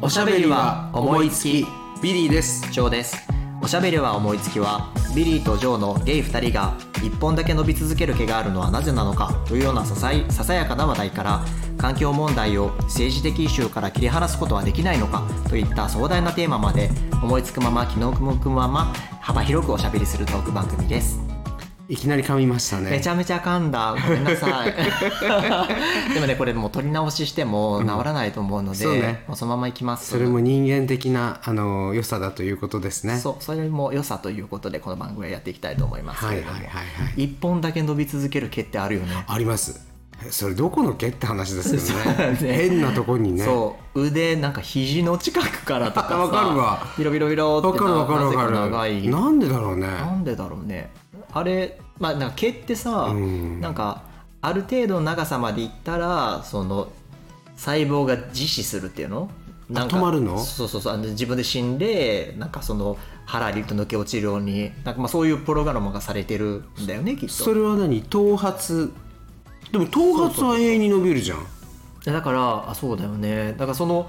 おしゃべりは思いつきビリーですジョーですおしゃべりは思いつきはビリーとジョーのゲイ2人が1本だけ伸び続ける毛があるのはなぜなのかというようなささいささやかな話題から環境問題を政治的イシューから切り離すことはできないのかといった壮大なテーマまで思いつくまま気の向くまま幅広くおしゃべりするトーク番組ですいきなり噛みましためねちゃめちゃ噛んだごめんなさ いでもねこれもう取り直ししても治らないと思うので、そうねもうそのままいきますそれも人間的なあの良さだということですねそうそれも良さということでこの番組はやっていきたいと思いますはけれいども、はいはいはい一本だけ伸び続ける毛ってあるよねありますえそれどこの毛って話ですけどそうねね変なとこにねそう腕なんか肘の近くからとかさ わかるわビロビロビロわってかるわかるわかるなぜ長いななんでだろうねんでだろうねあれまあなんか毛ってさ、うんなんかある程度の長さまでいったらその細胞が自死するっていうのなんか止まるのそうそうそうあの自分で死んでなんかその腹りと抜け落ちるようになんかまあそういうプログラムがされてるんだよねきっとそれは何頭髪でも頭髪は永遠に伸びるじゃんでだからあそうだよねだからその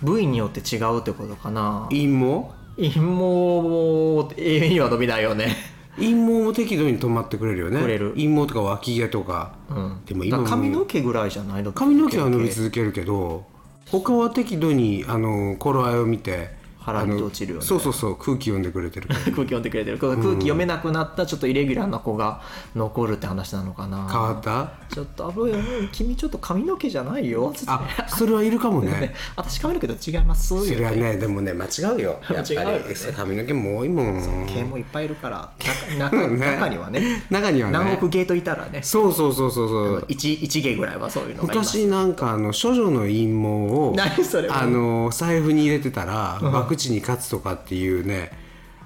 部位によって違うってことかな陰毛陰毛も永遠には伸びないよね、陰毛も適度に止まってくれるよねくれる陰毛とか脇毛とかうん、でも今だもから髪の毛ぐらいじゃないの髪の毛は伸び続けるけど他は適度にあの頃合いを見て腹に落ちるよねあのそうそうそう空気読んでくれてるから空気読んでくれてる空気読めなくなったちょっとイレギュラーな子が残るって話なのかな変わったちょっと危ない君ちょっと髪の毛じゃないよつってあそれはいるか もね私髪の毛と違いますそれよはねでもね間違うよやっぱ り間違うよね髪の毛も多いもん毛もいっぱいいるから中中 ね中にはね中には南ね国ゲートいたらねそうそうそうそうそう一一芸ぐらいはそういうのがいます昔なんかあの処女の陰謀 を何それあの財布に入れてたら博打に勝つとかっていうね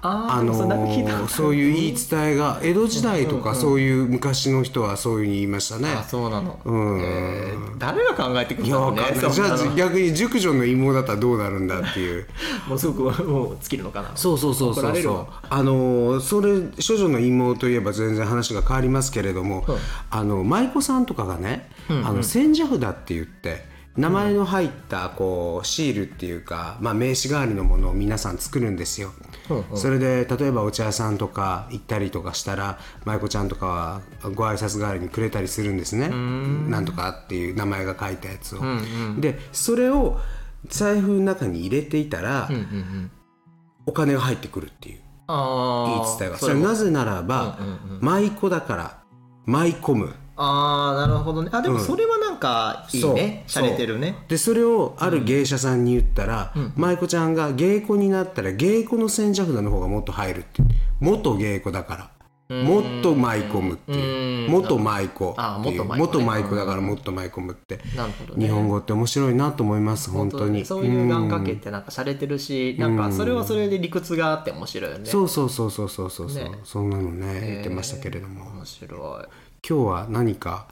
ああーでもそれなんか聞いたことあのるそういう言い伝えが江戸時代とかそういう昔の人はそういうふうに言いましたね。あそうなの、うんえー誰が考えてくるんいだやろうわねかんなそいんじなゃのあ逆に熟女の妹だったらどうなるんだっていうもうすごくもう尽きるのかなそうそうそうそうそうあのそれ処女の妹といえば全然話が変わりますけれども、うんあの舞妓さんとかがね、あの千社札って言って名前の入ったこうシールっていうか、まあ、名刺代わりのものを皆さん作るんですよ。うんそれで例えばお茶屋さんとか行ったりとかしたら舞子ちゃんとかはご挨拶代わりにくれたりするんですねなんとかっていう名前が書いたやつを、でそれを財布の中に入れていたら、うんうんうんお金が入ってくるっていう言いああ伝えがそそれれなぜならば、うんうん舞妓だから舞い込むああなるほどねあでもうんそれはなんかいいねそ洒う落てるねでそれをある芸者さんに言ったら、舞妓ちゃんが芸妓になったら芸妓の千社札の方がもっと入るって元芸妓だからもっと舞い込むっていううん元舞妓っていうあー元元舞妓ね舞妓だからもっと舞い込むってなるほどね日本語って面白いなと思います本当にそういう願掛けってなんか洒落てるしなんかそれはそれで理屈があって面白いよねそうそうそうそうそうそうそう、ねそんなのね言ってましたけれども面白今日は何か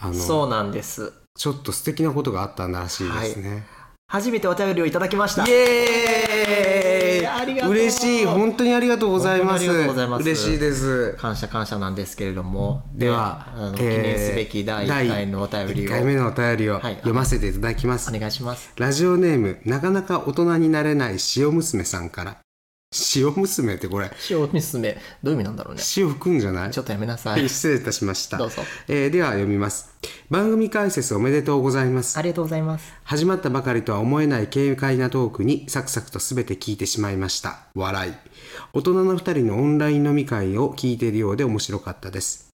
あのいそうなんですちょっと素敵なことがあったらしいですね。初めてお便りをいただきましたイエーイありがとう嬉しい本当にありがとうございます本当にありがとうございます嬉しいです感謝感謝なんですけれどもでは、ねあのえー記念すべき第1回のお便り第一を回目のお便りをはい読ませていただきます、お願いしますラジオネームなかなか大人になれない塩娘さんから塩娘ってこれ塩娘どういう意味なんだろうね塩吹くんじゃないちょっとやめなさい失礼いたしましたどうぞえーでは読みます番組解説おめでとうございますありがとうございます始まったばかりとは思えない軽快なトークにサクサクと全て聞いてしまいました笑い大人の2人のオンライン飲み会を聞いているようで面白かったです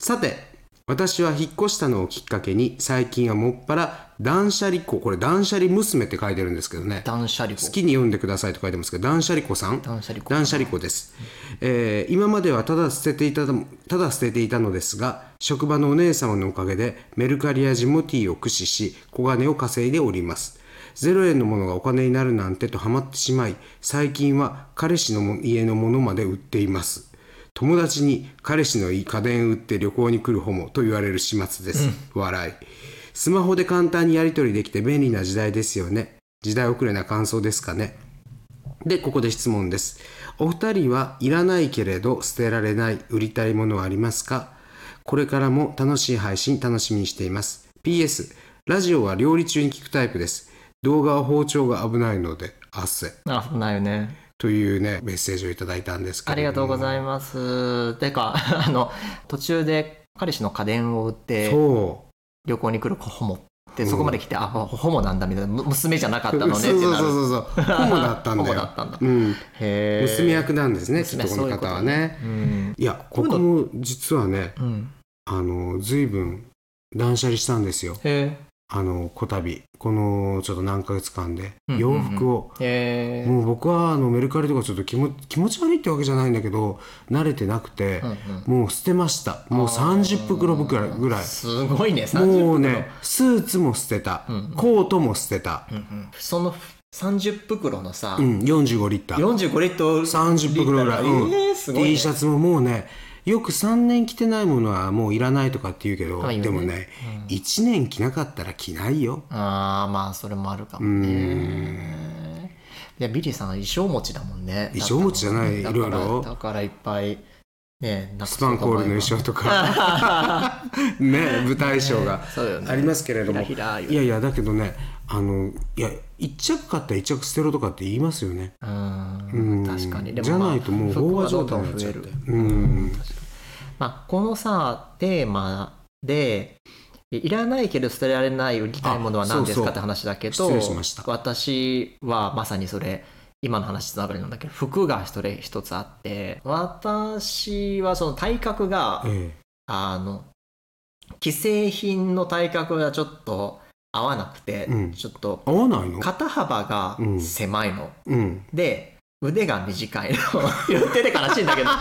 さて私は引っ越したのをきっかけに最近はもっぱら断捨離っ子これ断捨離娘って書いてるんですけどね断捨離法好きに読んでくださいと書いてますけど断捨離子さん断捨離法断捨離子です、えー今まではただ捨てていたのただ捨てていたのですが職場のお姉様のおかげでメルカリやジモティーを駆使し小金を稼いでおります0円のものがお金になるなんてとハマってしまい最近は彼氏のも家のものまで売っています友達に彼氏のいい家電売って旅行に来るホモと言われる始末です、笑いスマホで簡単にやり取りできて便利な時代ですよね時代遅れな感想ですかねでここで質問ですお二人はいらないけれど捨てられない売りたいものはありますかこれからも楽しい配信楽しみにしています PS ラジオは料理中に聞くタイプです動画は包丁が危ないので汗あ危ないよねというねメッセージをいただいたんですけあれどりがとうございいますてかあの途中で彼氏の家電を売ってそ旅行に来る子ホモってうんそこまで来て、あホモなんだみたいなむ娘じゃなかっうたのねってそうそうなそるうそうそうホモだったん だよホモだったんだうん、へー娘役なんですねきっ娘とこの方はねそういういやここも実はねことねうん、うん、あの随分断捨離したんですよへあのこたびこのちょっと何ヶ月間でうん洋服を、えへえもう僕はあのメルカリとかちょっと気も気持ち悪いってわけじゃないんだけど慣れてなくてうん、うんもう捨てましたもう30袋ぐらいぐらいすごいね30袋もうねスーツも捨てた、うんコートも捨てたう、んうんその30袋のさ、うん、45リッター45リットル30袋ぐらい、うんえーすごいね T シャツももうねよく3年着てないものはもういらないとかって言うけど、はいでもね、1年着なかったら着ないよああまあそれもあるかもねいやビリーさんは衣装持ちだもんね衣装持ちじゃないだからいろいろだからいっぱいねスパンコールの衣装とか 装ね舞台衣装がそうよねありますけれども、ひらひら言ういやいやだけどねあのいや1着買ったら1着捨てろとかって言いますよねううんん確かにでも、じゃまあないともう服は飽和状態になどっんちどゃんっ増てえるうん確かにまあこのさテーマでいらないけど捨てられない売りたいものは何ですあそうそかうって話だけど失礼しました私はまさにそれ今の話つながりなんだけど服がそれ一つあって私はその体格がえあの既製品の体格がちょっと合わなくて、うんちょっとえ合わないの肩幅が狭いの、うんで腕が短いの 言ってて悲しいん だけどか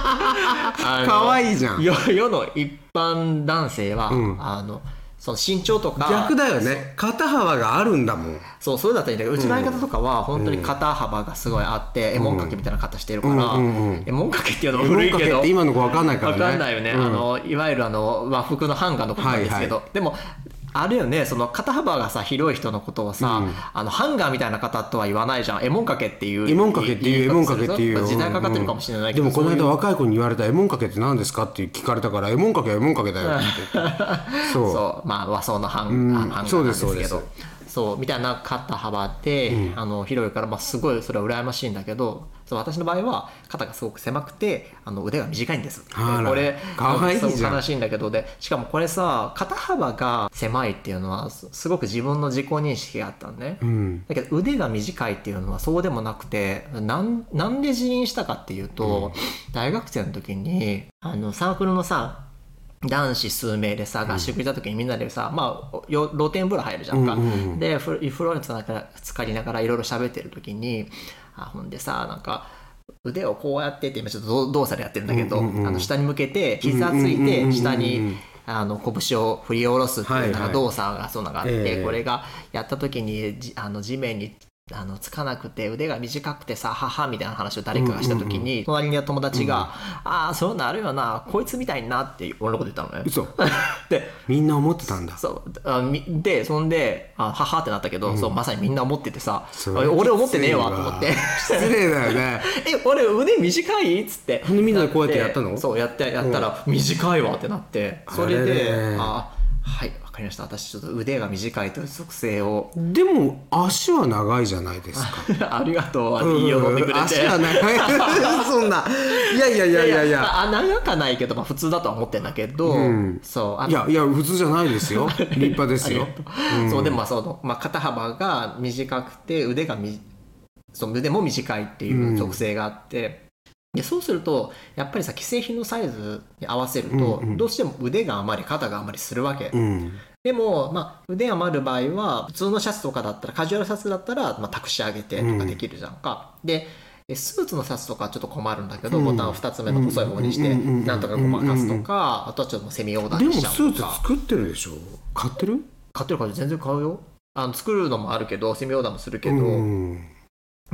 可わいいいじゃん世世の一般男性は、うんあのその身長とか逆だよね肩幅があるんだもんそうそうだったらいいんだけどうちの相方とかは本当に肩幅がすごいあって、えもんかけみたいな肩してるかうら、んうんうんえもんかけっていうのも文古いかけけっどて今の子わかんないからわねかんないよね、うんあのいわゆるあの和服のハンガーのことなんですけど、はでもあれよねその肩幅がさ広い人のことをさ、うんあのハンガーみたいな方とは言わないじゃんえもんかけっていうえもんかけっていうえもんかけってい言う方するぞ時代かかってるかもしれないけでど、もこのそう間いう若い子に言われた「えもんかけって何ですか?」って聞かれたから「えもんかけはえもんかけだよ」って言って そうそまあ和装のハン,、うんハンガーなんですそうけでどすそうそうでみたいな肩幅で、あの広いから、まあ、すごいそれは羨ましいんだけどそう私の場合は肩がすごく狭くてあの腕が短いんですあらでこれかわいいじゃんそう悲しいんだけどでしかもこれさ肩幅が狭いっていうのはすすごく自分の自己認識があったのね、ううんだけど腕が短いっていうのはそうでもなくてなんなんで辞任したかっていうと、大学生の時にあのサークルのさ男子数名でさ合宿行った時にみんなでさ、まあよ露天風呂入るじゃんか、うんうんうんでフロフローにつなが浸かりながらいろいろ喋ってる時にあほんでさなんか腕をこうやってって今ちょっと動動作でやってるんだけど、うんうんうんあの下に向けて膝ついうんうんうんうんうんて下にあの拳を振り下ろすっていうなんはいはかい動作がそうなんかあって、ええこれがやった時にじあの地面にあのつかなくて腕が短くてさははみたいな話を誰かがした時に、隣にいた友達が「ああそういうのあるよなこいつみたいにな」って俺のこと言ったのね。嘘でみんな思ってたんだそうあみでそんで「あはは」ってなったけど、そうまさにみんな思っててさ「それ俺 思ってねえわ」と思って 失礼だよね 「え俺腕短い?」っつってほんでみんなでこうやってやったのそうやってやったら「短いわ」ってなってそれであれ「れあはいわかりました私ちょっと腕が短いという属性をでも足は長いじゃないですかありがとう、うん いいよ、飲んでくれて。足は長い そんないやいやいやいやいやあ長かないけど、まあ、普通だとは思ってんだけど、うんそう、あのいやいや普通じゃないですよ立派で すよそうでもまあその、まあ、肩幅が短くて腕がみその腕も短いっていう属性があって、でそうするとやっぱりさ既製品のサイズに合わせると、うんうんどうしても腕が余り肩が余りするわけ、うんでも、まあ、腕余る場合は普通のシャツとかだったらカジュアルシャツだったら、まあ、タクシ上げてとかできるじゃんか、でえスーツのシャツとかちょっと困るんだけど、うんボタンを2つ目の細い方にして、うんうんうんうんなんとかごまかすとか、あとはちょっともうセミオーダーでもにしスちゃうーとかツ作ってるでしょ買ってる買ってるから全然買うよあの作るのもあるけどセミオーダーもするけど、うん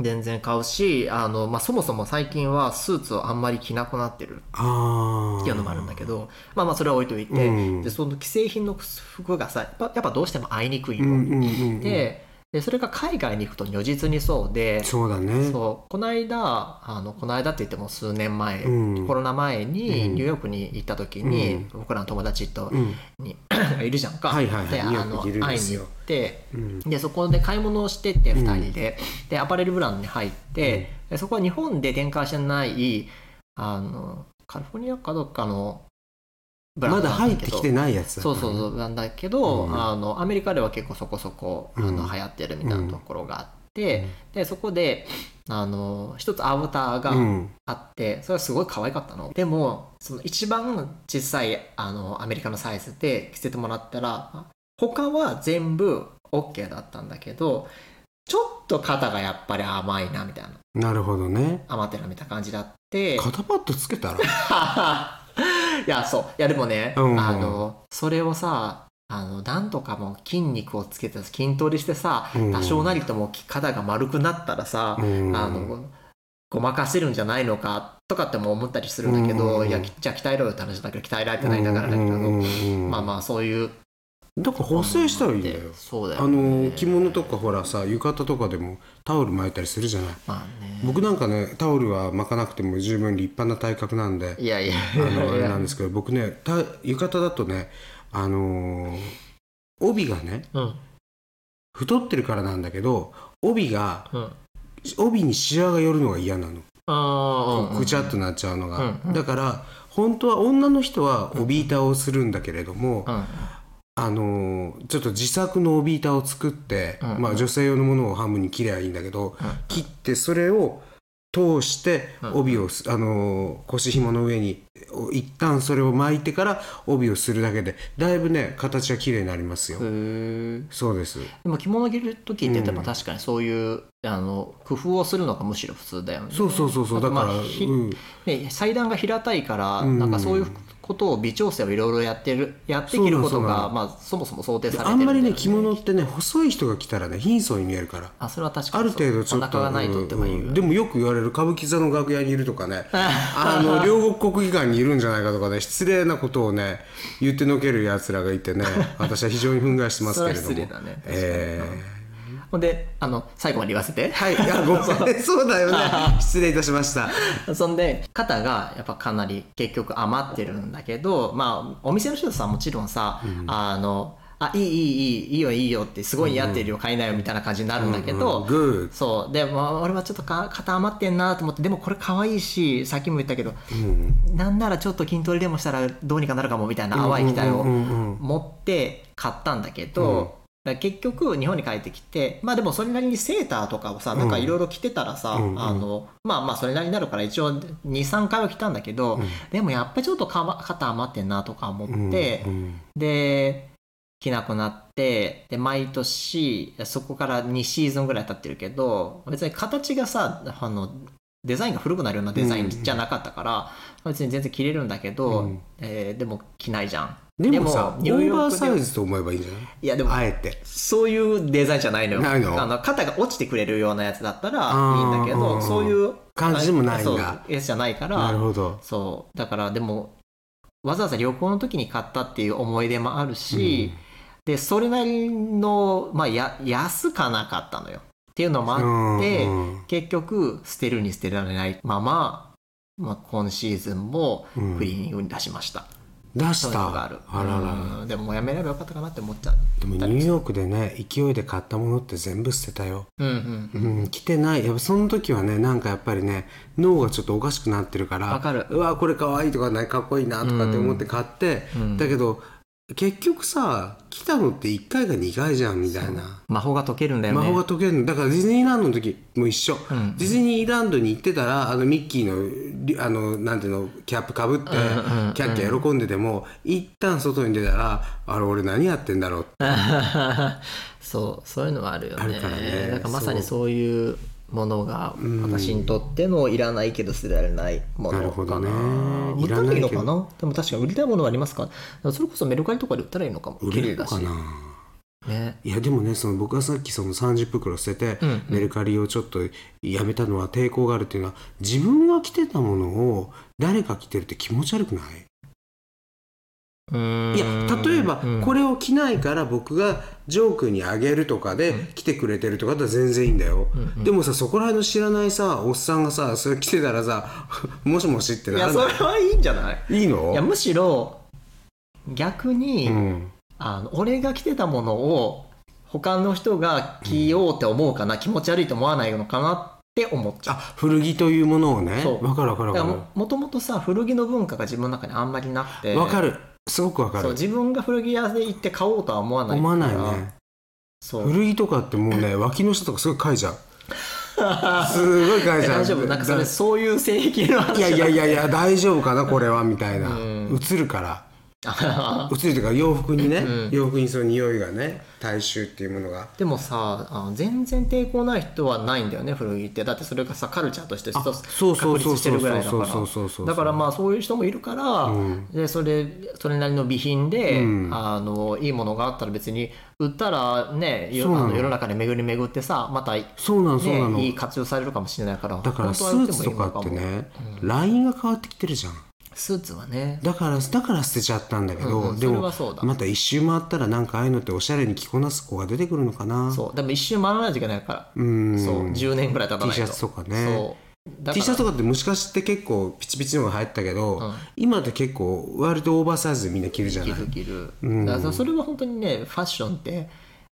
全然買うしあの、まあ、そもそも最近はスーツをあんまり着なくなってるああっていうのもあるんだけどまあまあそれは置いといて、うんでその既製品の服がさやっぱやっぱどうしても合いにくいの、うんうんうんうんででそれが海外に行くと如実にそうでそうだねそうこの間あのこの間って言っても数年前、うんコロナ前にうんニューヨークに行った時に、うん僕らの友達とうんに人 がいるじゃんか。はいはいはいであのいるんで会いすによ行って、でそこで買い物をしてって2人で、でアパレルブランドに入って、でそこは日本で展開してないあのカリフォルニアかどっかのブランまドだなん入っだけてどきてないやつだそうそううそうなんだけど、うんあのアメリカでは結構そこそこあのうん流行ってるみたいなところがあって、うんでそこであの一つアバターうがんあって、それはすごい可愛かったのでもその一番小さいあのアメリカのサイズで着せてもらったら他は全部 OK だったんだけどちょっと肩がやっぱり甘いなみたいななるほどね甘ってるなみたいな感じだって肩パッドつけたら いやそういやでもね、うんあのそれをさあのなんとかもう筋肉をつけて筋トレしてさう ん多少なりとも肩が丸くなったらさ、うんあのごまかせるんじゃないのかとかっても思ったりするんだけど、うんいやじゃあ鍛えろよって話だけど鍛えられてないんだからだけど、うんうんうんまあまあそういうだから補正したらいいんだよそうだあよね、の着物とかほらさ浴衣とかでもタオル巻いたりするじゃないまあね僕なんかねタオルは巻かなくても十分立派な体格なんでいやいやあのあれなんですすけど僕ねた浴衣だとねあのー帯がねうん太ってるからなんだけど帯がうん帯にシワが寄るのが嫌なのあこうぐちゃっとなっちゃうのが、うんだから本当は女の人は帯板をするんだけれども、うんあのーちょっと自作の帯板を作って、うんまあ、女性用のものを半分に切ればいいんだけど、うん切ってそれを通してうん帯をす、あのー腰紐の上にお一旦それを巻いてから帯をするだけでだいぶね形が綺麗になりますよ、へえそうですでも着物着る時ってでうもん確かにそういう、あの工夫をするのがむしろ普通だよね。そうそうそうそうあだとから、まあひうんね、祭壇が平たいから、うんなんかそういうことを微調整をいろいろやってるやってきることそうなのそうながのまあそもそも想定されてあるんまりだねよ着物ってね細い人が着たらね貧相に見えるからあそれは確かあにるそう程度ちょっお腹とがないとってもいいよ、うんでもよく言われる歌舞伎座の楽屋にいるとか ねあの両国国技館にいるんじゃないかとかね失礼なことをね言ってのけるやつらがいて ね私は非常に憤慨してますけれどもそれは失礼だねえほん であの最後まで言わせ てーはいあごめん そうだよね失礼いたしましたそんで肩がやっぱかなり結局余ってるんだけどまあお店の人さんもちろんさ、あのあいいいいいいいいよいいよってすごい似合ってるよ買いなよみたいな感じになるんだけど、うんグそうでまあ俺はちょっとか肩余ってんなと思ってでもこれ可愛いしさっきも言ったけど、なんならちょっと筋トレでもしたらどうにかなるかもみたいな淡い期待をうんうんうんうん持って買ったんだけど、うんだから結局日本に帰ってきてまあでもそれなりにセーターとかをさんなんかいろいろ着てたらさ、うんうんあのまあまあそれなりになるから一応23回は着たんだけど、でもやっぱりちょっとかま肩余ってんなとか思うんって、うんで着なくなってで毎年そこから2シーズンぐらい経ってるけど別に形がさあのデザインが古くなるようなデザインじゃなかったから、別に全然着れるんだけど、うんえーでも着ないじゃんでもさオニューーヨーバークでサイズと思えばいいんじゃいやでもないあえてそういうデザインじゃないのよないのあの肩が落ちてくれるようなやつだったらあーいいんだけうんうどんそういう感じでもないんだそうやつじゃないからなるほどそうだからでもわざわざ旅行の時に買ったっていう思い出もあるし、でそれなりの、まあ、や安かなかったのよっていうのもあって、うんうん結局捨てるに捨てられないまま、まあ、今シーズンもうんクリーニングに出しました、出そしういうたのがあるあらららうんでももうやめればよかったかなって思っちゃうでもニューヨークでね勢いで買ったものって全部捨てたよ、うんうんうん、着てないやっぱその時はねなんかやっぱりね脳がちょっとおかしくなってるからわかるうわこれかわいいとかねかっこいいなとかって思って買って、うんだけど結局さ着たのって1回が2回じゃんみたいな。魔法が解けるんだよね魔法が解けるのだからディズニーランドの時も一緒、んディズニーランドに行ってたらあのミッキーのりあのなんていうのキャップかぶって、うんうんキャッキャ喜んでても一旦外に出たらあれ俺何やってんだろうって そうそういうのはあるよねあるからねだからまさにそういうものが私にとってのいらないけど捨てられないもなるのほかどなね売ったらいいのかなでも確かに売りたいものはありますかでもそれこそメルカリとかで売ったらいいのかも売れるだのしかなねいやでもねその僕がさっきその30袋捨てて、うんうんメルカリをちょっとやめたのは抵抗があるっていうのは自分が着てたものを誰か着てるって気持ち悪くないいや例えばこれれを着ないから僕がジョークにあげるとかで来てくれてるとかだったら全然いいんだよ、んうんでもさそこら辺の知らないさおっさんがさそれ着てたらさもしもしっていなやらそなれはいいんじゃないいいいいやのむしろ逆に、うんあの俺が着てたものを他の人が着ようって思うかな、気持ち悪いと思わないのかなって思っちゃうあ古着というものをねそうわかるわかるだわかからるももともとさ古着の文化が自分の中にあんまりなくてわかるすごくわかそうる自分が古着屋で行って買おうとは思わない思わないからねそう古着とかって もうね脇の下とかすごいかいじゃうすごいかいえじゃう大丈夫なんかそれそういう性癖の話いやいやいやいや大丈夫かなこれはみたいなうん映る からや映るというか洋服にねうん洋服にその匂いがね大衆っていうものがでもさあの全然抵抗ない人はないんだよね古着ってだってそれがさカルチャーとして一あつそうそう確立してるぐらいだかそうそうそうそうそうそうらだからまあそういう人もいるから、うんでそれそれなりの備品で、うんあのいいものがあったら別に売ったらねよそうなあのの世の中で巡り巡ってさまたそうなのそうなのね、いい活用されるかもしれないからだからス本当は売ーてもツいといのかってもねラインが変わってきてるじゃんスーツはねだからだから捨てちゃったんだけど、うんうんでそれはもそうだまた一周回ったらなんかああいうのっておしゃれに着こなす子が出てくるのかなそうでも一周回らないといけないから、うーんそう10年ぐらい経たないと T シャツとかねそうだから T シャツとかってもしかして結構ピチピチのが流行ったけど、ん今って結構割とオーバーサイズでみんな着るじゃ着ないる着る、うんだからそれは本当にねファッションって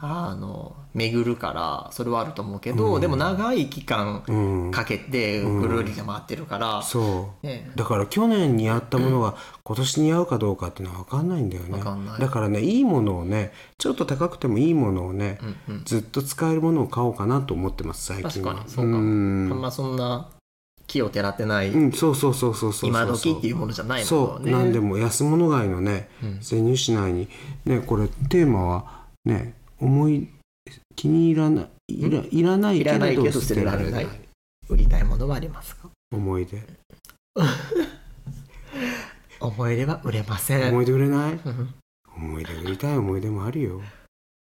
あの巡るからそれはあると思うけど、でも長い期う間んかけてぐるりと回ってるから、そう、ねだから去年似合ったものが今年似合うかどうかっていうのは分かんないんだよねわかんないだからねいいものをねちょっと高くてもいいものをね、うんうんずっと使えるものを買おうかなと思ってます最確近かはにそうかもんあんまそんな木をてらってない、うん、そうそうそうそうそうそう今時っていうものじゃないもそのう、ねなんでも安物買いのねうん潜入市内にねこれテーマはね思い気に入らないいらいらないいらないけけれどど捨捨ててらられれなないい売りたいものはありますか思い出思い出は売れません思い出売れないうん思い出売りたい思い出もあるよ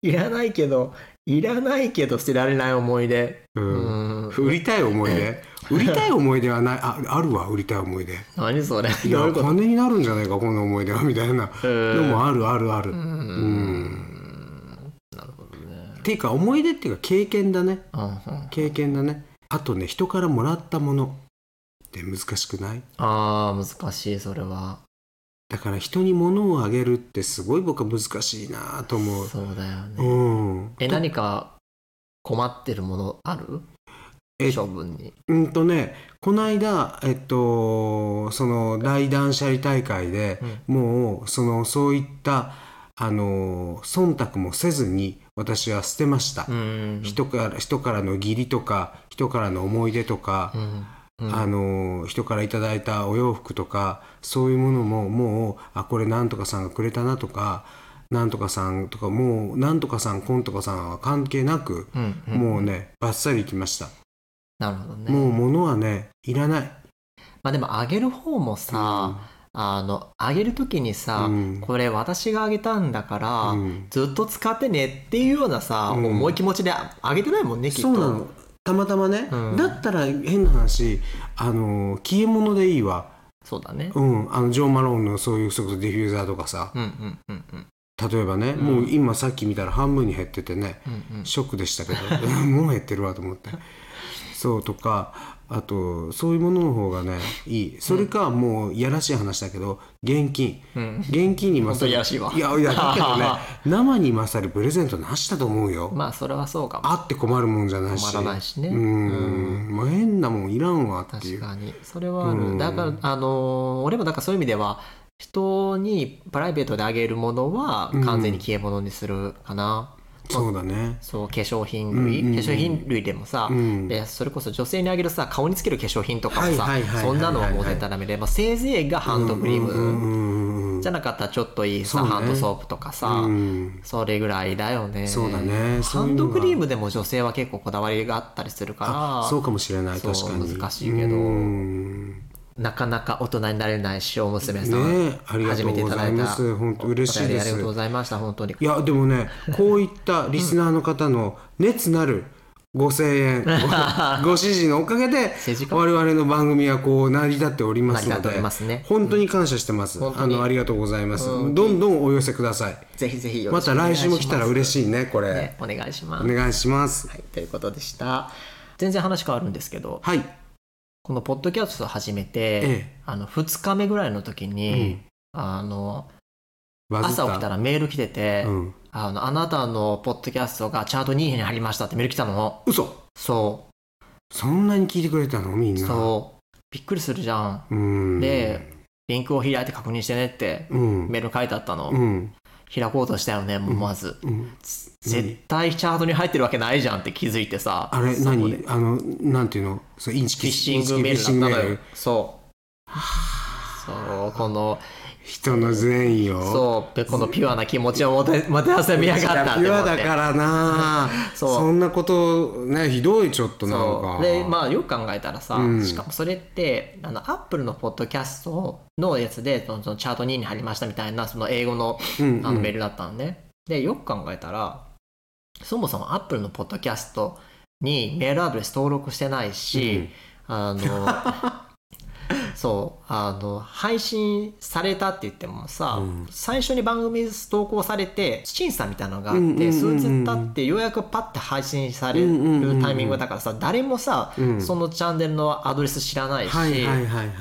いらないけどいらないけど捨てられない思い出ううんん売りたい思い出売りたい思い出はないああるわ売りたい思い出何それい どういやうこと金になるんじゃないかこの思い出はみたいなうんでもあるあるあるううんんなるほどねっていうか思い出っていうか経験だねああ経験だねあとね人からもらったものって難しくないあー難しいそれはだから人に物をあげるってすごい僕は難しいなと思うそうだよねうんえ何か困ってるものあるえ処分にうんとねこの間えっとその大断捨離大会で、もうそのそういったあの忖度もせずに私は捨てました、うん人から人からの義理とか人からの思い出とか、うんうんあの人からいただいたお洋服とかそういうものももうあこれなんとかさんがくれたなとかなんとかさんとかもうなんとかさんこんとかさんは関係なく、うんうんもうねバッサリいきました、なるほどねもう物はねいらないまあでもあげる方もさあのあげる時にさうんこれ私があげたんだからうんずっと使ってねっていうようなさうん重い気持ちであげてないもんねきっとそうなのたまたまね、うんだったら変な話あの消え物でいいわ、そうだねうん、あのジョー・マローンのそういうそれこそディフューザーとかさうんうんうんうん例えばね、もう今さっき見たら半分に減っててね、うんうんショックでしたけど もう減ってるわと思ってそうとかあとそういうものの方がねいいそれかもういやらしい話だけど現金うん現金に本当勝にるらしいわいやいやだけどね生に勝るプレゼントなしだと思うよまあそれはそうかもあって困るもんじゃないし困らないしねうーんもう変なもんいらんわってい確うかにそれはあうるんだからあのー俺もだからそういう意味では人にプライベートであげるものはん完全に消え物にするかな、そうだねそう化粧品類、うんうんうん化粧品類でもさ、うんでそれこそ女性にあげるさ顔につける化粧品とかもさはいはいはいはいはいそんなのはもう絶対ダメで、まあ、せいぜいがハンドクリーム、うんうんうんうんじゃなかったらちょっといいさ、そうねハンドソープとかさ、うんそれぐらいだよねそうだねハそういンうのドはクリームでも女性は結構こだわりがあったりするからあそうかもしれないそう確かに難しいけどうーんなかなか大人になれない塩娘さん、ねえありがとうございます本当嬉しいでお便りありがとうすございました本当にいやでもねこういったリスナーの方の熱なるご声 援ごご支持のおかげで政治家我々の番組はこう成り立っておりま成すりの立っておでりますね本当に感謝してます、本当あにのありがとうございます、どんどんお寄せくださいぜひぜひよろましくおた願い来し週も来たら嬉いしいねこれねお願いしますお願いしますはい、ということでした全然話変わるんですけどはいこのポッドキャストを始めて、ええあの2日目ぐらいの時に、あのバズった朝起きたらメール来てて、うんあの、あなたのポッドキャストがチャート2位に入りましたってメール来たの。嘘そそんなに聞いてくれたのみんう、なそう。びっくりするじゃん。ううんで、リンクを開いて確認してねってうんメール書いてあったの。うん開こうとしたよね、もうまず。うんつ絶対チャートに入ってるわけないじゃんって気づいてさ。あれそこで何あのなんていうのそうインチフィキッシンイチキグメフィッシーンルグだメったのーよル。そう。そう、この、人の善意をそう、でこのピュアな気持ちをもて、もてあせみやがったってピュ思アっだて。からなそうそんなことねひどいちょっとなんそかうでまあよく考えたらさ、うんしかもそれってあのアップルのポッドキャストのやつでそのそのチャート2位に入りましたみたいなその英語のうんうんあのメールだったんで、でよく考えたらそもそもアップルのポッドキャストにメールアドレス登録してないし、あの そうあの配信されたって言ってもさ、うん最初に番組投稿されて審査みたいなのがあって、うんうんうんうん数日経ってようやくパッて配信されるタイミングだからさ、誰もさ、うんそのチャンネルのアドレス知らないし、はいはいはいはい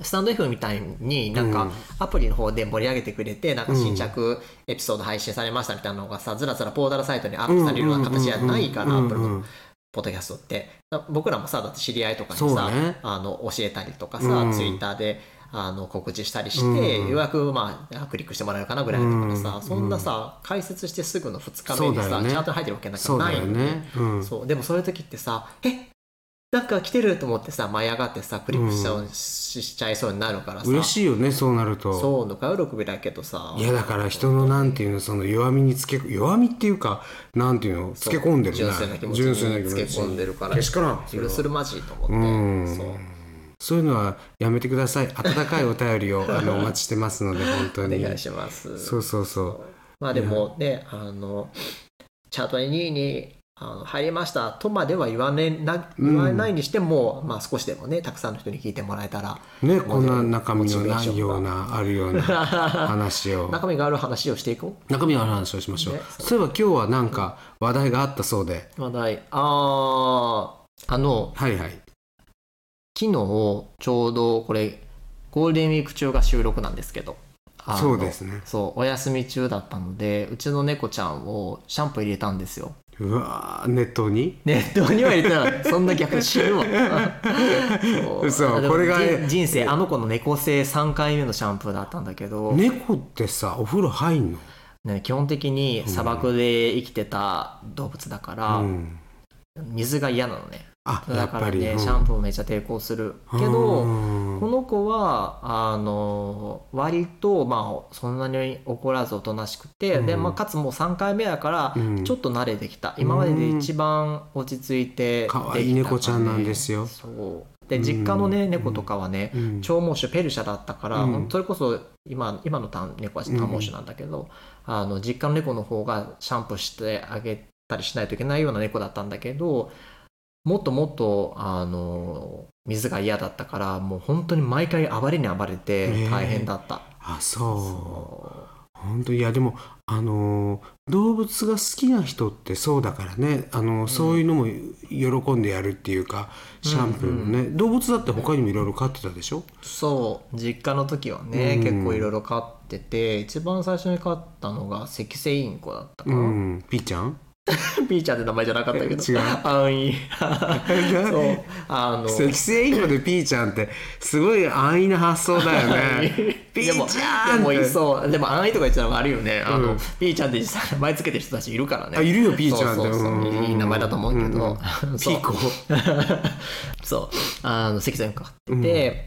スタンド F みたいになんうかんアプリの方で盛り上げてくれてなんか新着エピソード配信されましたみたいなのがさずらずらポータルサイトにアップされるような形じゃないからアッうんうんプうルんうんのポッドキャストってだ僕らもさだって知り合いとかにそうさ、ねあの教えたりとかうさんツイッターであの告知したりしうんてようやくまあクリックしてもらえるかなぐらいだからうさんそんなさ解説してすぐの2日目にそうだよさねチャートに入ってるわけなんかそうだないよよねね。うんそうでもそういう時ってさえなんか来てると思ってさ舞い上がってさクリックしちゃう、ししちゃいそうになるからさ嬉しいよねそうなるとそうぬか喜びだけどさいやだから人のなんていうのその弱みにつけ弱みっていうかなんていうのつけ込んでるね純粋な気持ちに純粋な気持ちにつけ込んでるからけしからんそれ許はするまじいと思ってうんそうそういうのはやめてください温かいお便 りをあのお待ちしてますので本当おに願いしますそうそうそうまあでもねあのチャートに2位にあの入りましたとまでは言わ,、ね、な言わないにしても、まあ少しでもねたくさんの人に聞いてもらえた らねこんな中身のないようななあるような話を 中身がある話をしていこ中身のある話をしましょう、ねそういえば今日はなんか話題があったそうでう話題あーあのはいはい昨日ちょうどこれゴールデンウィーク中が収録なんですけどあのそうですねそうお休み中だったのでうちの猫ちゃんをシャンプー入れたんですようわーネッ トにネットには入れたらそんな逆に死 ぬわ嘘あでもこれがじ人生あの子の猫性3回目のシャンプーだったんだけど、ね猫ってさお風呂入んの基本的に砂漠で生きてた動物だから、うん、水が嫌なのねあやだっかぱらり、ねうんシャンプーめっちゃ抵抗するけど、うんこの子はあの割と、まあ、そんなに怒らずおとなしくて、うんでまあ、かつもう3回目だから、うんちょっと慣れてきた今までで一番落ち着いてできた可愛い猫ちゃんなんですよそうで実家の、ねうん猫とかはね、うん長毛種ペルシャだったから、うんほんとそれこそ今今の短猫は短毛種なんだけど、あの実家の猫の方がシャンプーしてあげたりしないといけないような猫だったんだけどもっともっとあの水が嫌だったからもう本当に毎回暴れに暴れねてえ大変だった、あそそう本当いやでもあのー動物が好きな人ってそうだからねあのー、そういうのも喜んでやるっていうかシャンプーもね、動物だって他にもいろいろ飼ってたでしょうそう実家の時はね、うん結構いろいろ飼ってて一番最初に飼ったのがセキセイインコだったかうな、んピーちゃんピーちゃんって名前じゃなかったけどえ違う安易 そうあのセキセイインコでピーちゃんってすごい安易な発想だよ ねピでもーちゃんっでてもいそうでも安易とか言っちゃうのもあるよねあの、うんピーちゃんって実際名前つけてる人たちいるからねあいるよピーちゃんってそうそうそううんうんうんいい名前だと思うけど、ピそうーコ そうあの関さん飼って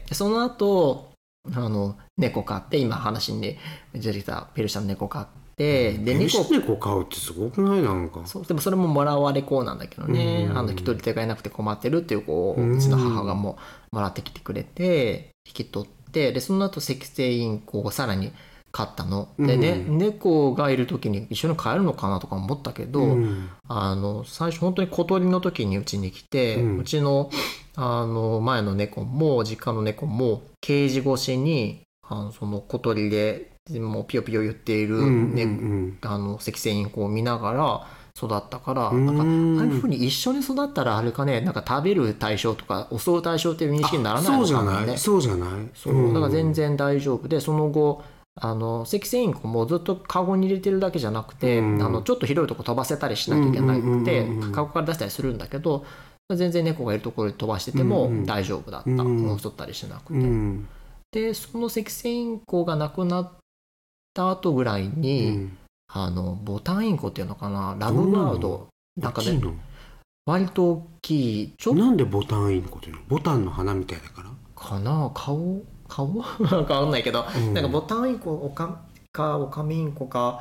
て、その後あの猫飼って今話に出てきたペルシャの猫飼ってでペルシ猫ャ猫飼うってすごくないなんかそうでもそれももらわれ子なんだけどね、うんあの一人手がいなくて困ってるっていう子をうんうちの母がもうもらってきてくれて引き取ってでその後セキセイインコをさらに飼ったの。でね、う猫がいる時に一緒に帰るのかなとか思ったけど、んあの最初本当に小鳥の時にうちに来て、ううんちのあの前の猫も実家の猫もケージ越しにあのその小鳥でもうピヨピヨ言っているうんうん猫うんあの赤線インコを見ながら育ったから、うーんなんかああいうふうに一緒に育ったらあれかねなんか食べる対象とか襲う対象っていう認識にならないそうのじゃかもないねそうじゃないそうだから全然大丈夫でその後あの積繊維粉もずっとカゴに入れてるだけじゃなくて、うんあのちょっと広いとこ飛ばせたりしなきゃいけなくて、うんうんうんうんカゴから出したりするんだけど全然猫がいるところに飛ばしててもうんうん大丈夫だった、うんもう太ったりしなくて、うんでその赤線インコがなくなった後ぐらいに、あのボタンインコっていうのかなラブバードなんか大きいねの割と大きいちょっなんでボタンインコっていうのボタンの花みたいだからとかな顔顔 なんかわかんないけど、うんなんかボタンインコおかかオカミインコか、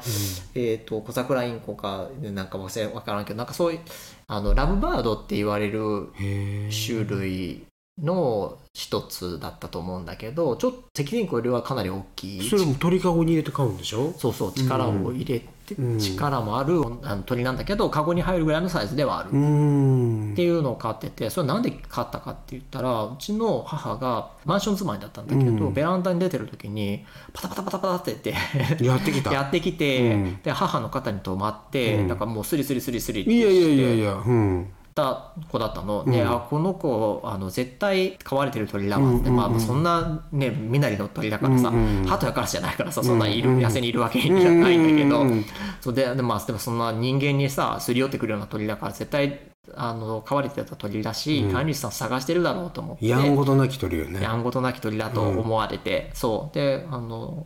えー、と小桜インコかなんか忘れ分からんけどなんかそういうあのラブバードって言われるへえ種類の一つだったと思うんだけどちょっと赤線インコよりはかなり大きいそれも鳥かごに入れて飼うんでしょそうそう力を入れて、うん力もあるあの鳥なんだけどカゴに入るぐらいのサイズではある、うーんっていうのを飼っててそれなんで飼ったかって言ったらうちの母がマンション住まいだったんだけど、うんベランダに出てる時にパタパタパタパタってやってやってきたやってきて、うんで母の肩に止まって、うんなんかもうスリスリスリスリっていやいやいやいややうんった子だったので、うんあこの子あの絶対飼われてる鳥だわって、うんまうんうあ、んそんなね身なりの鳥だからさ、うんうん鳩やからじゃないからさそんないる、うんうん野生にいるわけじゃないんだけど。うんそうでで,、まあ、でもそんな人間にさすり寄ってくるような鳥だから絶対あの飼われてた鳥だし、うん飼い主さん探してるだろうと思ってやんごとなき鳥よねやんごとなき鳥だと思われて、そうであの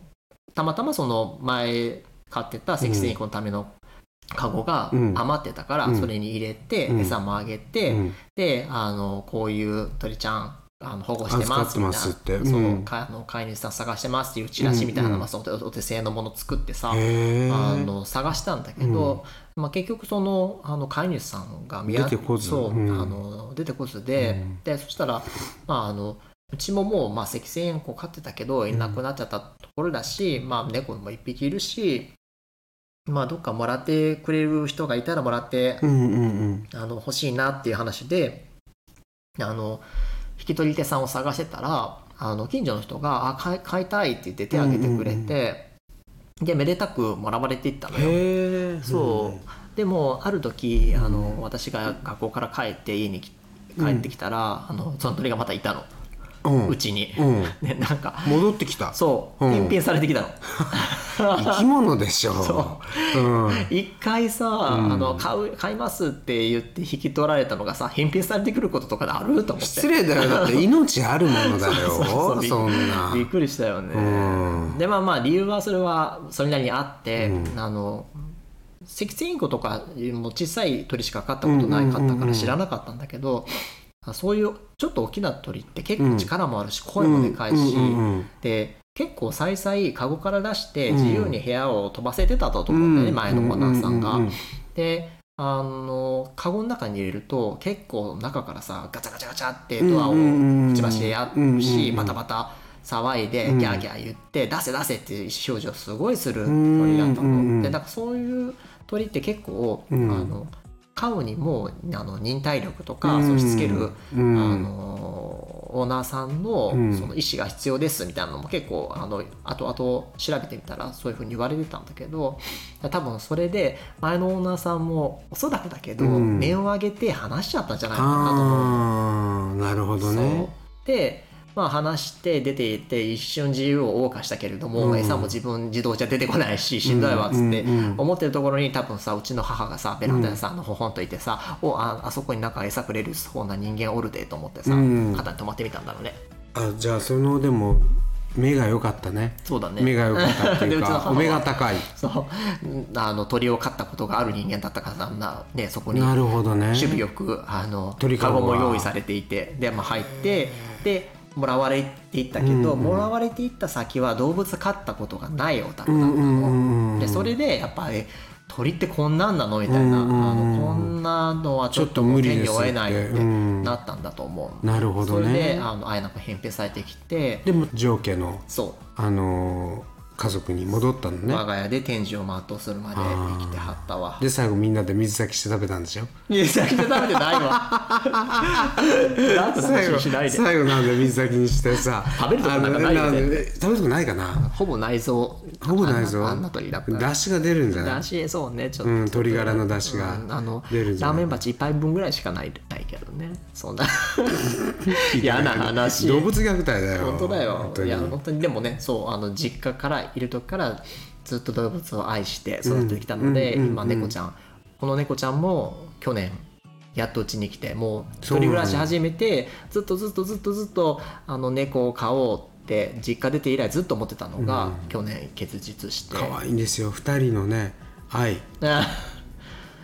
たまたまその前飼ってたセキセイコのためのカゴがうん余ってたから、うんそれに入れて、うん餌もあげて、うんであのこういう鳥ちゃんあの保護して預まかっすてみたいまなすってそううんかあの飼い主さん探してますっていうチラシみたいなのが、うんそうおお手製のもの作ってさ、へえあの探したんだけど、まあ、結局そのあの飼い主さんが見当出てこずそう、うんあの出てこずで,、うんでそしたら、まあ、あのうちももう、まあ、赤線炎を飼ってたけどいなくなっちゃったところだし、まあ、猫も一匹いるし、まあ、どっかもらってくれる人がいたらもら って、うんうんあの欲しいなっていう話であの引き取り手さんを探してたらあの近所の人が「あ買い買いたい」って言って手挙げてくれうんうんて、でめでたくもらわれていったのうんよ。へえそう、でもある時あの、私が学校から帰って家にき帰ってきたら、あのその鳥がまたいたのうんうちに、うん でなんか戻ってきたそううん返品されてきたの生き物でしょそうん一回さ、んあの買う買いますって言って引き取られたのがさ返品されてくることとかであると思って失礼だよだって命あるものだよ そうそうびっそんなびっくりしたよね、うんでまあまあ理由はそれはそれなりにあって、うんあの脊椎インコとかもう小さい鳥しか飼ったことないかうっんうんうたんかうんら知らなかったんだけど、あそういうちょっと大きな鳥って結構力もあるし、声もでかいし、うんうんうんで結構さいさいカゴから出してうん自由に部屋を飛ばせてたと思うんだよね、うん前のオーナーさんが。うううであのカゴの中に入れると結構中からさガチャガチャガチャってドアをくちばしでやるうんうんうしんバタバタ騒いでうんギャーギャー言って出せ出せっていう表情すごいするうん鳥だったうんうんの。でなんかそういう鳥って結構、うんあの飼うにもあの忍耐力とうかんそうしつける、うんあのオーナーさんのうんその意思が必要ですみたいなのも結構あの後々調べてみたらそういうふうに言われてたんだけど多分それで前のオーナーさんもおそらくだけどうん面を上げて話しちゃったんじゃないかなと思うああなるほどねそうで、まあ、話して出ていって一瞬自由を謳歌したけれども、うん餌も自分自動じゃ出てこないししんどいわっつってうんうんうん思ってるところに多分さうちの母がさベランダでさ、あのほほんといてさ「おああそこになんか餌くれるそうな人間おるで」と思ってさ、うん肩に止まってみたんだろうね。あじゃあそのでも目が良かったねそうだね目が良かったってい うでちの母かはお目が高いそううんあの鳥を飼ったことがある人間だったからさな、ね、そこになるほどね守備よくあの鳥カ籠ゴはも用意されていてで、まあ、入ってでもらわれていったけど、うんうんもらわれていった先は動物飼ったことがないお宅うだんうんうんうんでそれでやっぱり鳥ってこんなんなのみたいな、うんうんうんあのこんなのはちょっとちょっとも無う理手でにす負えないってってうんなったんだと思う、なるほどそれでねあのあえなく返品されてきてでも上家のそうあのー家族に戻ったのね我が家で展示を全うするまで生きてはったわで最後みんなで水炊きして食べたんでしょいや先で食べてないわ なんと最後しないで最後なんで水炊きにしてさ食べるとこなんかないよあの全んで食べるとこないかなほぼ内臓ほぼないぞあんな鳥だから出汁が出るんじゃないだしそうねちょっと、うん鶏ガラの出汁うんあのラが出るんじゃーなメいン鉢一杯分ぐらいしかないないけどねそん な嫌な話動物虐待だよ本当だよ本当にいや本当にでもねそうあの実家からがいる時からずっと動物を愛して育ててきたので、うんうんうん今猫ちゃんこの猫ちゃんも去年やっとうちに来てもう一そう人なん暮やらし始めてずっとずっとずっとずっとあの猫を飼おうって実家出て以来ずっと思ってたのが、去年結実して可愛いんですよ二人のね愛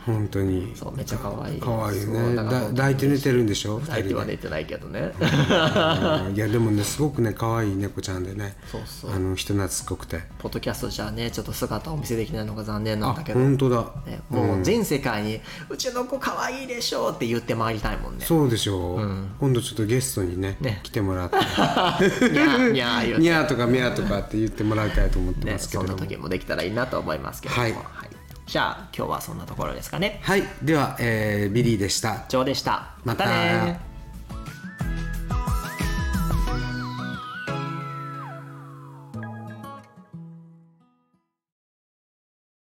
本当に そうめっちゃ可愛い可愛いそうよねだからだ抱いて寝てるんでしょ最二近は人出でてないけどねうんいやでもねすごくね可愛い猫ちゃんでねそうそうあの人懐っこくてポッドキャストじゃねちょっと姿をお見せできないのが残念なあんだけど、ね、本当だもう全世界に「うちの子可愛いでしょ」って言って回りたいもんね。そうでしょう今度ちょっとゲストにねね来てもらってにゃーにゃー言うニャーとかミャーとかって言ってもらいたいと思ってね、ますそけれんどなも時もできたらいいなと思いますけれども、はいじゃあ今日はそんなところですかね。はいではえービリーでした以上でしたまたねまた